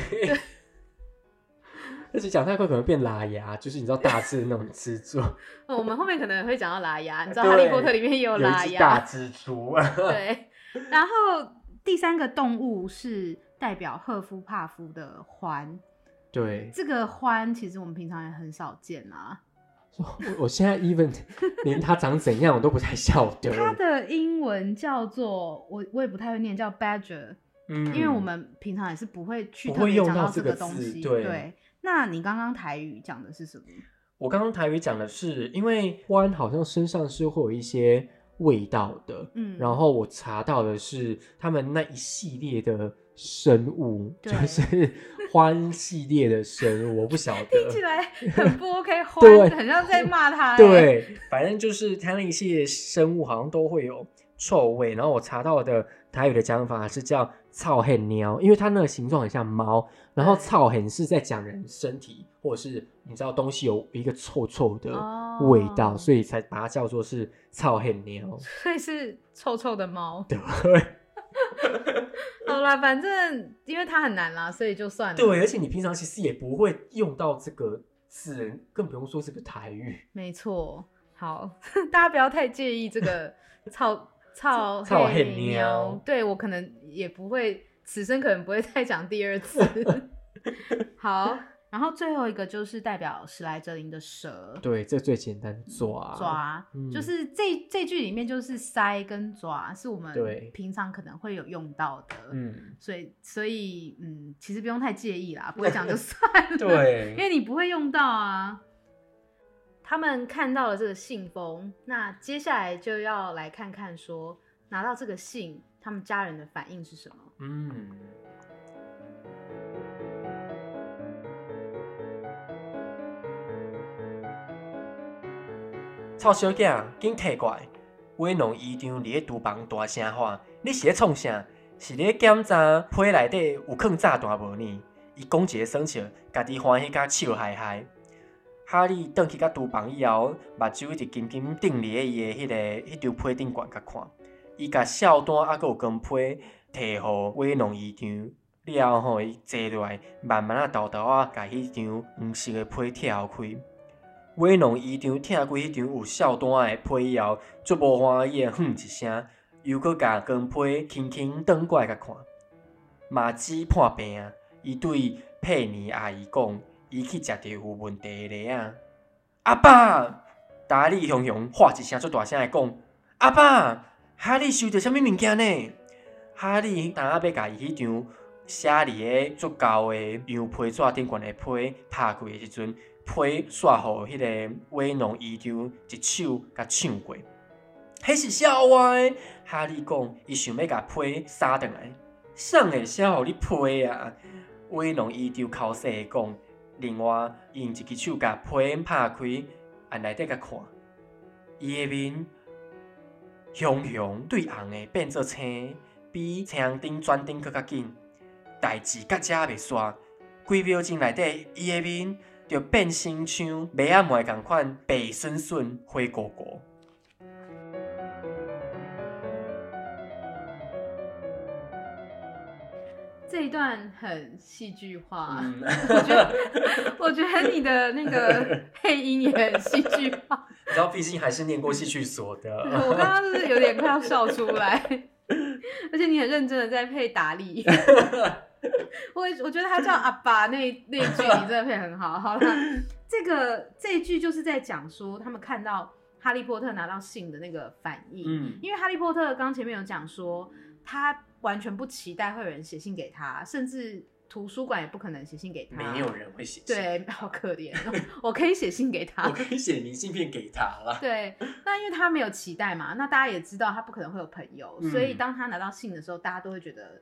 S1: 而且讲太快可能变拉牙，就是你知道大只的那种蜘蛛，
S2: 哦我们后面可能会讲到拉牙，你知道《哈利
S1: 对
S2: 波特》里面也有
S1: 有
S2: 拉
S1: 一只大
S2: 牙，
S1: 蜘蛛，啊
S2: 对。然后第三个动物是代表赫夫帕夫的獾，
S1: 对，
S2: 这个獾其实我们平常也很少见啊。
S1: 我我现在 even 连它长怎样我都不太晓得，
S2: 它的英文叫做我我也不太会念，叫 badger，、
S1: 嗯
S2: 因为我们平常也是不会去
S1: 不
S2: 特
S1: 会
S2: 别
S1: 用
S2: 讲
S1: 到
S2: 这
S1: 这个
S2: 东
S1: 字
S2: 西。
S1: 对
S2: 那你刚刚台语讲的是什么？
S1: 我刚刚台语讲的是，因为獾好像身上是会有一些味道的，
S2: 嗯，
S1: 然后我查到的是他们那一系列的生物，就
S2: 对
S1: 是 獾系列的生物，我不晓得。
S2: 听起来很不 OK，
S1: 呃 对
S2: 欢，很像在骂他、欸。，
S1: 对， 反正就是它那一系列生物好像都会有臭味。然后我查到的台语的讲法是叫“草很喵”，因为它那个形状很像猫，然后“
S2: 对
S1: 草很”是在讲人身体或者是你知道东西有一个臭臭的
S2: 哦
S1: 味道，所以才把它叫做是“草很喵
S2: 所以是臭臭的猫”。。
S1: 对。
S2: 好啦，反正因为它很难啦，所以就 算了。
S1: 对，而且你平常其实也不会用到这个字，更不用说这个台 语。
S2: 没错，好， 大家不要太介意这 个操操
S1: 操嘿
S2: 嘿喵
S1: 喵
S2: 对我可能也不会，此生可能不会再讲第 二次。好，然后最后一个就是代表史莱哲林的蛇
S1: 对，这最简单抓
S2: 爪，
S1: 嗯
S2: 就是这这句里面就是鳃跟爪是我们
S1: 对
S2: 平常可能会有用到的，
S1: 嗯，
S2: 所以所以嗯，其实不用太介意啦，不 会讲就算了。因
S1: 对，
S2: 为你不会用到啊。他们看到了这个信封，那接下来就要来看看说拿到这个信，他们家人的反应是什么。
S1: 嗯，臭小囝，紧摕过来！威农医长伫咧厨房大声喊：“你是咧创啥？是咧检查批内底有放炸弹无呢？”伊讲一个生笑，家己欢喜甲笑嗨嗨。哈利倒去甲厨房以后，目睭一直紧紧盯伫咧伊的迄、个迄张批顶悬甲看。伊甲孝单啊，佮有光批摕互威农医长了后，伊坐落来，慢慢啊豆豆啊，甲迄张黄色的批拆开。威农医长听过迄张有孝单的批以后，足无欢喜的哼一声，又佫甲光批轻轻转过来甲看。马子破病啊！伊对佩妮阿姨讲，伊去食着有问题的螺啊。阿爸，达利雄雄喊一声足大声的讲。阿爸，哈利收到什物物件呢？哈利当阿要甲伊迄张写伫个足厚的羊皮纸顶悬的批拍开的时阵，批煞互迄个威农医长一手甲抢过。迄是笑话的。哈利讲，伊想要甲批杀倒来，谁会写互你批啊？威龙伊就哭死地讲，另外伊用一只手甲批拍开，按内底甲看，伊的面熊熊对红的变做青，比青灯转灯搁较紧。代志到遮袂煞，几秒钟内底，伊的面就变成像马仔梅共款白顺顺、灰糊糊。
S2: 这一段很戏剧化，
S1: 嗯，
S2: 我觉得我觉得你的那个 配音也很戏剧化，
S1: 你知道，毕竟还是念过戏剧所的。
S2: 我刚刚就是有点快要笑出来，而且你很认真的在配打 力。我我觉得他叫阿爸那那一句你真的配很好。好了，这个这一句就是在讲说他们看到哈利波特拿到信的那个反应，
S1: 嗯
S2: 因为哈利波特刚前面有讲说，他完全不期待会有人写信给他，甚至图书馆也不可能写信给他。
S1: 没有人会写信，
S2: 对，好可怜哦。我可以写信给
S1: 我
S2: 他。
S1: 可以写明信片给他啦。
S2: 对，那因为他没有期待嘛，那大家也知道他不可能会有朋友，
S1: 嗯
S2: 所以当他拿到信的时候，大家都会觉得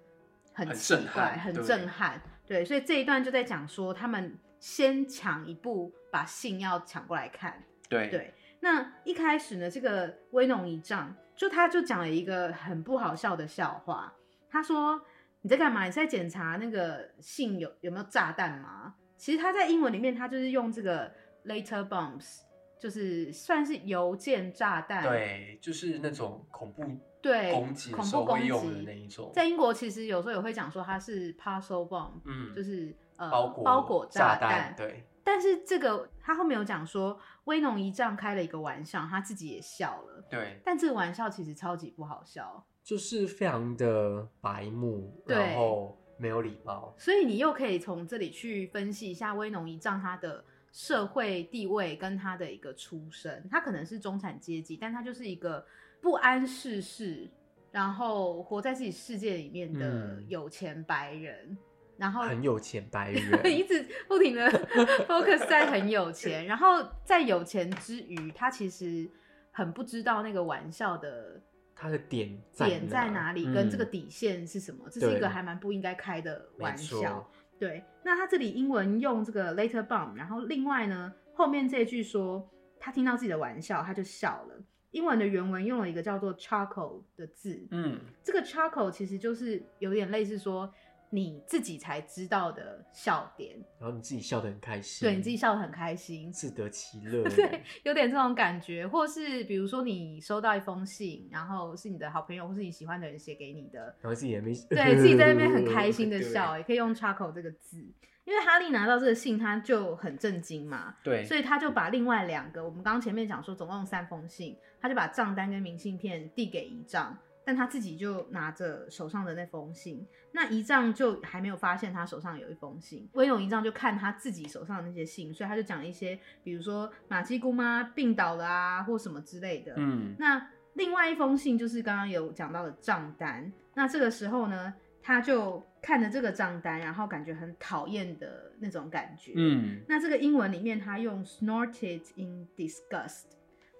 S2: 很
S1: 很
S2: 奇
S1: 震
S2: 怪、
S1: 撼
S2: 很
S1: 对
S2: 震撼。对，所以这一段就在讲说，他们先抢一步把信要抢过来看，
S1: 对
S2: 对，那一开始呢，这个威农一丈就他就讲了一个很不好笑的笑话。他说：“你在干嘛？你是在检查那个信有有没有炸弹吗？”其实他在英文里面，他就是用这个 later bombs，就是算是邮件炸弹，
S1: 对，就是那种恐怖
S2: 对
S1: 攻击的
S2: 恐
S1: 时
S2: 怖
S1: 候
S2: 攻
S1: 会用的那
S2: 击。
S1: 一种。
S2: 在英国其实有时候也会讲说它是 parcel bomb，、
S1: 嗯
S2: 就，是呃
S1: 包裹
S2: 包裹
S1: 炸
S2: 弹，
S1: 对，
S2: 但是这个他后面有讲说，威农一丈开了一个玩笑，他自己也笑了。
S1: 对，
S2: 但这个玩笑其实超级不好笑，
S1: 就是非常的白目，
S2: 对
S1: 然后没有礼貌。
S2: 所以你又可以从这里去分析一下威农一丈他的社会地位跟他的一个出身，他可能是中产阶级，但他就是一个不谙世事，然后活在自己世界里面的
S1: 嗯
S2: 有钱白人，然 后
S1: 很有钱白
S2: 一
S1: 人，
S2: 直不停的 focus 在很有钱，然后在有钱之余，他其实很不知道那个玩笑的
S1: 他的 点
S2: 点在哪里，跟这个
S1: 嗯
S2: 底线是什么，这是一
S1: 对
S2: 个还蛮不应该开的玩
S1: 没
S2: 笑
S1: 错。
S2: 对，那他这里英文用这个 later bomb，然后另外呢，后面这一句说他听到自己的玩笑，他就笑了。英文的原文用了一个叫做 charcoal 的字，
S1: 嗯，
S2: 这个 charcoal 其实就是有点类似说你自己才知道的笑点，
S1: 然后你自己笑得很开心，
S2: 对你自己笑得很开心，
S1: 自得 其乐，
S2: 对，有点这种感觉，或是比如说你收到一封信，然后是你的好朋友或是你喜欢的人写给你的，
S1: 然后自己也没
S2: 对自己在那边很开心的笑，欸
S1: 对，
S2: 也可以用 charcoal 这个字，因为哈利拿到这个信，他就很震惊嘛，
S1: 对，
S2: 所以他就把另外两个，我们刚刚前面讲说总共三封信，他就把账单跟明信片递给一丈，但他自己就拿着手上的那封信，那一丈就还没有发现他手上有一封信，威勇一丈就看他自己手上的那些信，所以他就讲一些，比如说马基姑妈病倒了啊，或什么之类的，
S1: 嗯，
S2: 那另外一封信就是刚刚有讲到的账单。那这个时候呢，他就看着这个账单，然后感觉很讨厌的那种感觉。，
S1: 嗯，
S2: 那这个英文里面他用 snorted in disgust，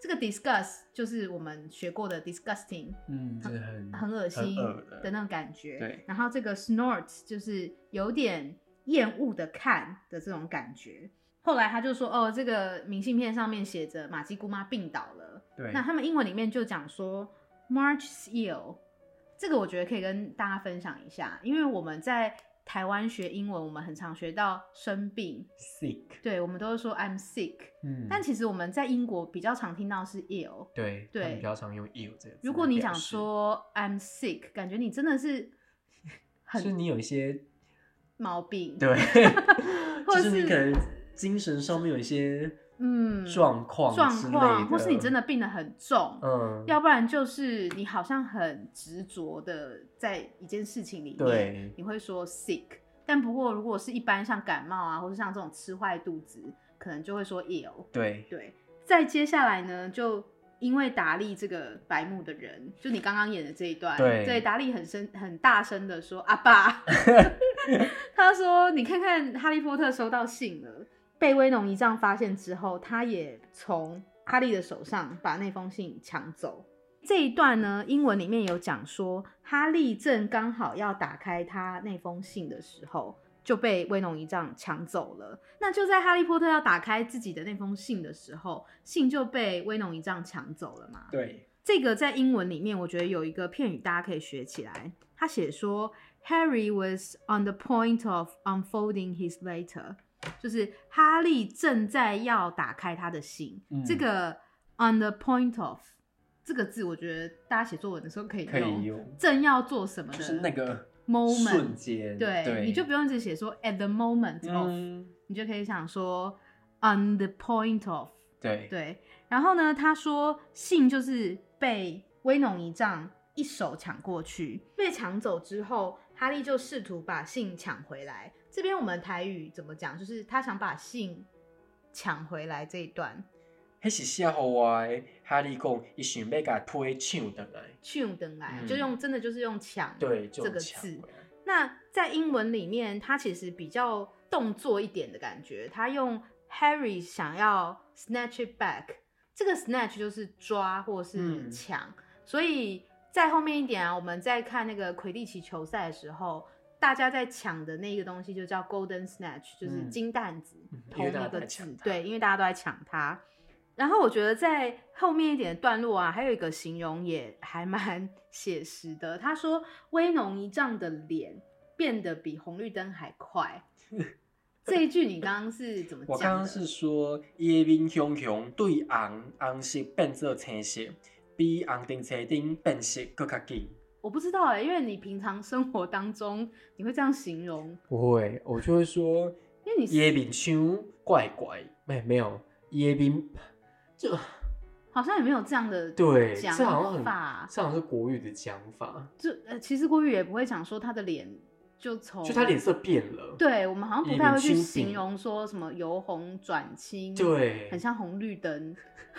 S2: 这个 disgust 就是我们学过的 disgusting，
S1: 嗯，就是很
S2: 很恶心
S1: 恶
S2: 的
S1: 的，
S2: 那种感觉。
S1: 对
S2: 然后这个 snort 就是有点厌恶的看的这种感觉。后来他就说，哦，这个明信片上面写着马基姑妈病倒了。
S1: 对，
S2: 那他们英文里面就讲说 March's ill，这个我觉得可以跟大家分享一下，因为我们在台湾学英文，我们很常学到生病，
S1: sick，
S2: 对我们都是说 I'm sick，、
S1: 嗯，
S2: 但其实我们在英国比较常听到是 ill。
S1: 对，他
S2: 对
S1: 们比较常用 ill 这个字
S2: 如果你
S1: 来表
S2: 想
S1: 示，
S2: 说 I'm sick，感觉你真的是
S1: 就是
S2: 很
S1: 你有一 些
S2: 毛病，
S1: 对，就
S2: 或者
S1: 是你
S2: 是
S1: 可能精神上面有一些
S2: 嗯
S1: 状况
S2: 状
S1: 之类
S2: 况，或是你
S1: 的
S2: 真的病得很重，
S1: 嗯，
S2: 要不然就是你好像很执着的在一件事情里面
S1: 对，
S2: 你会说 sick，但不过如果是一般像感冒啊，或是像这种吃坏肚子，可能就会说 ill。
S1: 对
S2: 对，再接下来呢，就因为达利这个白目的人，就你刚刚演的这一段，
S1: 对
S2: 达利很声很大声的说：“阿爸。”他说：“你看看哈利波特收到信了。”被威农一丈发现之后，他也从哈利的手上把那封信抢走。这一段呢，英文里面有讲说，哈利正刚好要打开他那封信的时候，就被威农一丈抢走了。那就在哈利波特要打开自己的那封信的时候，信就被威农一丈抢走了嘛？
S1: 对，
S2: 这个在英文里面，我觉得有一个片语大家可以学起来。他写说，Harry was on the point of unfolding his letter，就是哈利正在要打开他的信。
S1: 嗯
S2: 这个 on the point of 这个字，我觉得大家写作文的时候可以
S1: 可以用，
S2: 正要做什么的，
S1: 就是那个
S2: 嗯 moment，
S1: 瞬间，
S2: 对，
S1: 对，
S2: 你就不用一直写说 at the moment of，、
S1: 嗯，
S2: 你就可以想说 on the point of。
S1: 对，
S2: 对，然后呢，他说信就是被威农一丈一手抢过去，被抢走之后，哈利就试图把信抢回来。这边我们台语怎么讲？就是他想把信抢回来这一段，
S1: 迄是写互我的哈利讲，伊想要甲批抢倒来，
S2: 抢等来、
S1: 嗯
S2: 就用真的就是用抢
S1: 对，就
S2: 这个
S1: 抢
S2: 字。
S1: 回来
S2: 那在英文里面，它其实比较动作一点的感觉，他用 Harry 想要 snatch it back，这个 snatch 就是抓或是
S1: 嗯
S2: 抢，所以在后面一点啊，我们在看那个魁地奇球赛的时候。大家在抢的那个东西就叫 golden snatch，就是
S1: 嗯
S2: 金蛋子，
S1: 嗯因
S2: 同
S1: 为
S2: 一
S1: 大家都
S2: 个
S1: 在
S2: 字
S1: 抢，它
S2: 对，因为大家都在抢它。然后我觉得在后面一点的段落啊，还有一个形容也还蛮 写实的。他说：“威农一丈的脸变得比红绿灯还 快。”这一句你刚刚是怎么讲的？
S1: 我刚刚是说，伊的面熊熊对红红色变做青色，比红灯车顶变色搁较紧。
S2: 我不知道哎、因为你平常生活当中你会这样形容，
S1: 不会，我就会说，
S2: 因为你
S1: 伊的
S2: 是
S1: 面像怪怪，没没有，伊的面就
S2: 好像也没有这样的
S1: 对，
S2: 讲
S1: 这好像很，
S2: 法，
S1: 这好像是国语的讲法，
S2: 就呃，其实郭宇也不会讲说他的脸就从
S1: 就他脸色变了，
S2: 哦对我们好像不
S1: 移
S2: 太
S1: 民
S2: 会去
S1: 新
S2: 形
S1: 品
S2: 容说什么由红转青，，
S1: 对，
S2: 很像红绿灯。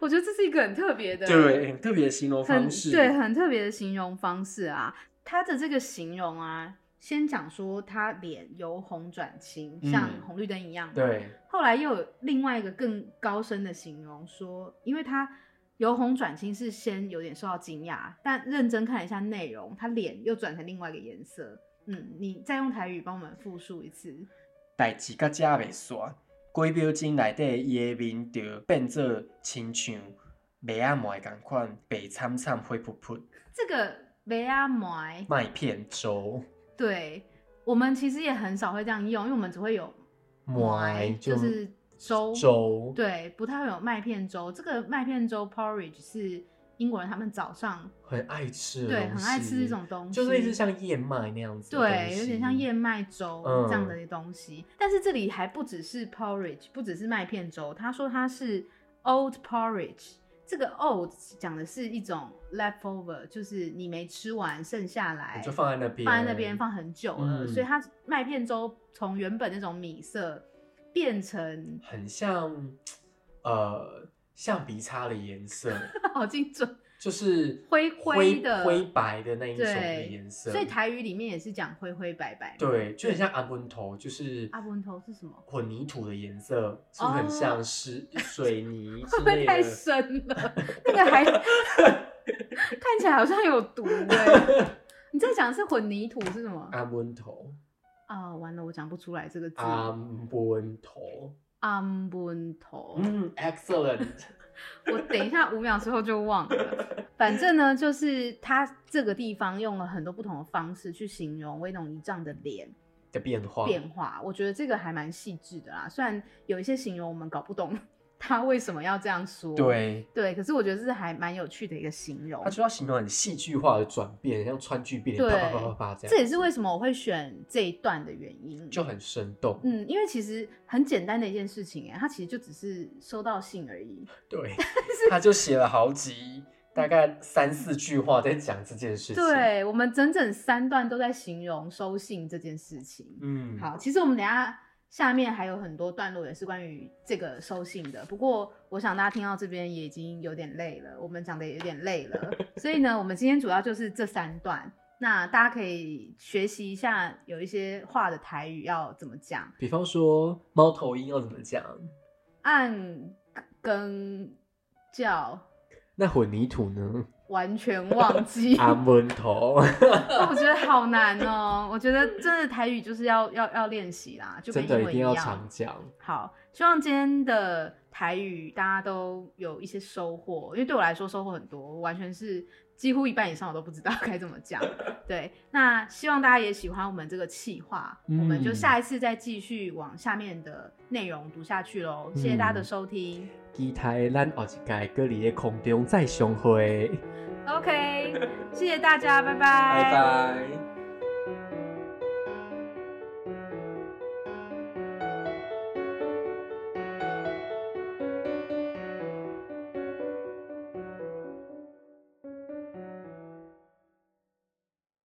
S2: 我觉得这是一个很特别的，
S1: 对，很特别的形容
S2: 很
S1: 方式，
S2: 对，很特别的形容方式啊。他的这个形容啊，先讲说他脸由红转青，
S1: 嗯
S2: 像红绿灯一样。。
S1: 对，
S2: 后来又有另外一个更高深的形容说，因为他由红转青是先有点受到惊讶，但认真看了一下内容，他脸又转成另外一个颜色。嗯，你再用台语帮我们复述一次。
S1: 代志到遮袂煞，几秒钟内底伊的面就变做亲像麦仔糜共款，白惨惨灰扑扑，
S2: 这个梅阿麦，
S1: 麦片粥。
S2: 对我们其实也很少会这样用，因为我们只会有麦，就是粥，
S1: 粥，
S2: 对，不太会有麦片粥。这个麦片粥 porridge 是英国人他们早上
S1: 很爱吃的
S2: 对
S1: 东
S2: 很爱
S1: 西
S2: 吃这种东西，
S1: 就是类似像燕麦那样子的东
S2: 对，
S1: 西，
S2: 有点像燕麦粥
S1: 嗯
S2: 这样的东西。但是这里还不只是 porridge，不只是麦片粥，他说它是 old porridge。这个 old 讲的是一种 leftover，就是你没吃完剩下来，
S1: 就放在那边，
S2: 放在那边放很久了，
S1: 嗯
S2: 所以它麦片粥从原本那种米色 变成
S1: 很像呃橡皮擦的颜色，
S2: 好精准，
S1: 就是
S2: 灰
S1: 灰
S2: 的
S1: 灰白的那一种的
S2: 对
S1: 颜色，
S2: 所以台语里面也是讲灰灰白白。，
S1: 对，就很像阿文头，就是
S2: 阿文头是什么？哦
S1: 混凝土的颜色是不是很像是水泥之
S2: 会不
S1: 类
S2: 会太
S1: 的？
S2: 深了？那个 还看起来好像有毒哎、你在讲的是混凝土是什么？
S1: 阿文头，
S2: 啊、完了，我讲不出来这个字。
S1: 阿文头，
S2: 阿文头。
S1: 嗯，excellent，
S2: 我等一下五秒之后就忘了。反正呢，就是他这个地方用了很多不同的方式去形容威农一丈的脸
S1: 的变化，
S2: 变化，我觉得这个还蛮细致的啦。虽然有一些形容我们搞不懂 他为什么要这样说，
S1: 对，
S2: 对，可是我觉得这还蛮有趣的一个形容
S1: 它。就要形容很戏剧化的转变，像川剧变
S2: 对
S1: 啪啪啪啪啪这
S2: 这
S1: 样，
S2: 也是为什么我会选这一段的原因。
S1: 就很生动，
S2: 嗯，因为其实很简单的一件事情、哎，他其实就只是收到信而已。
S1: 对，他就写了好几，大概三四句话在讲这件事情，，
S2: 对我们整整三段都在形容收信这件事情。
S1: 嗯，
S2: 好，其实我们等一下下面还有很多段落也是关于这个收信的，不过我想大家听到这边也已经有点累了，我们讲的也有点累 了，所以呢，我们今天主要就是这三段。那大家可以学习一下有一些话的台语要怎么讲，
S1: 比方说猫头鹰要怎么讲？
S2: 按跟叫
S1: 那混凝土呢？
S2: 完全 忘记。
S1: 阿门头，
S2: 我觉得好难哦，我觉得真的台语就是要要要练习啦，就跟
S1: 真的
S2: 英文
S1: 一定
S2: 样
S1: 要常讲。
S2: 好，希望今天的台语大家都有一些收获，因为对我来说收获很多，我完全是几乎一半以上我都不知道 该怎么讲。对，那希望大家也喜欢我们这个企划，我们就
S1: 嗯
S2: 下一次再继续往下面的内容读下去喽。谢谢大家的
S1: 嗯
S2: 收听、
S1: 期待咱后一届搁伫咧空中再相会，
S2: o k 谢谢大家，拜拜，
S1: 拜拜。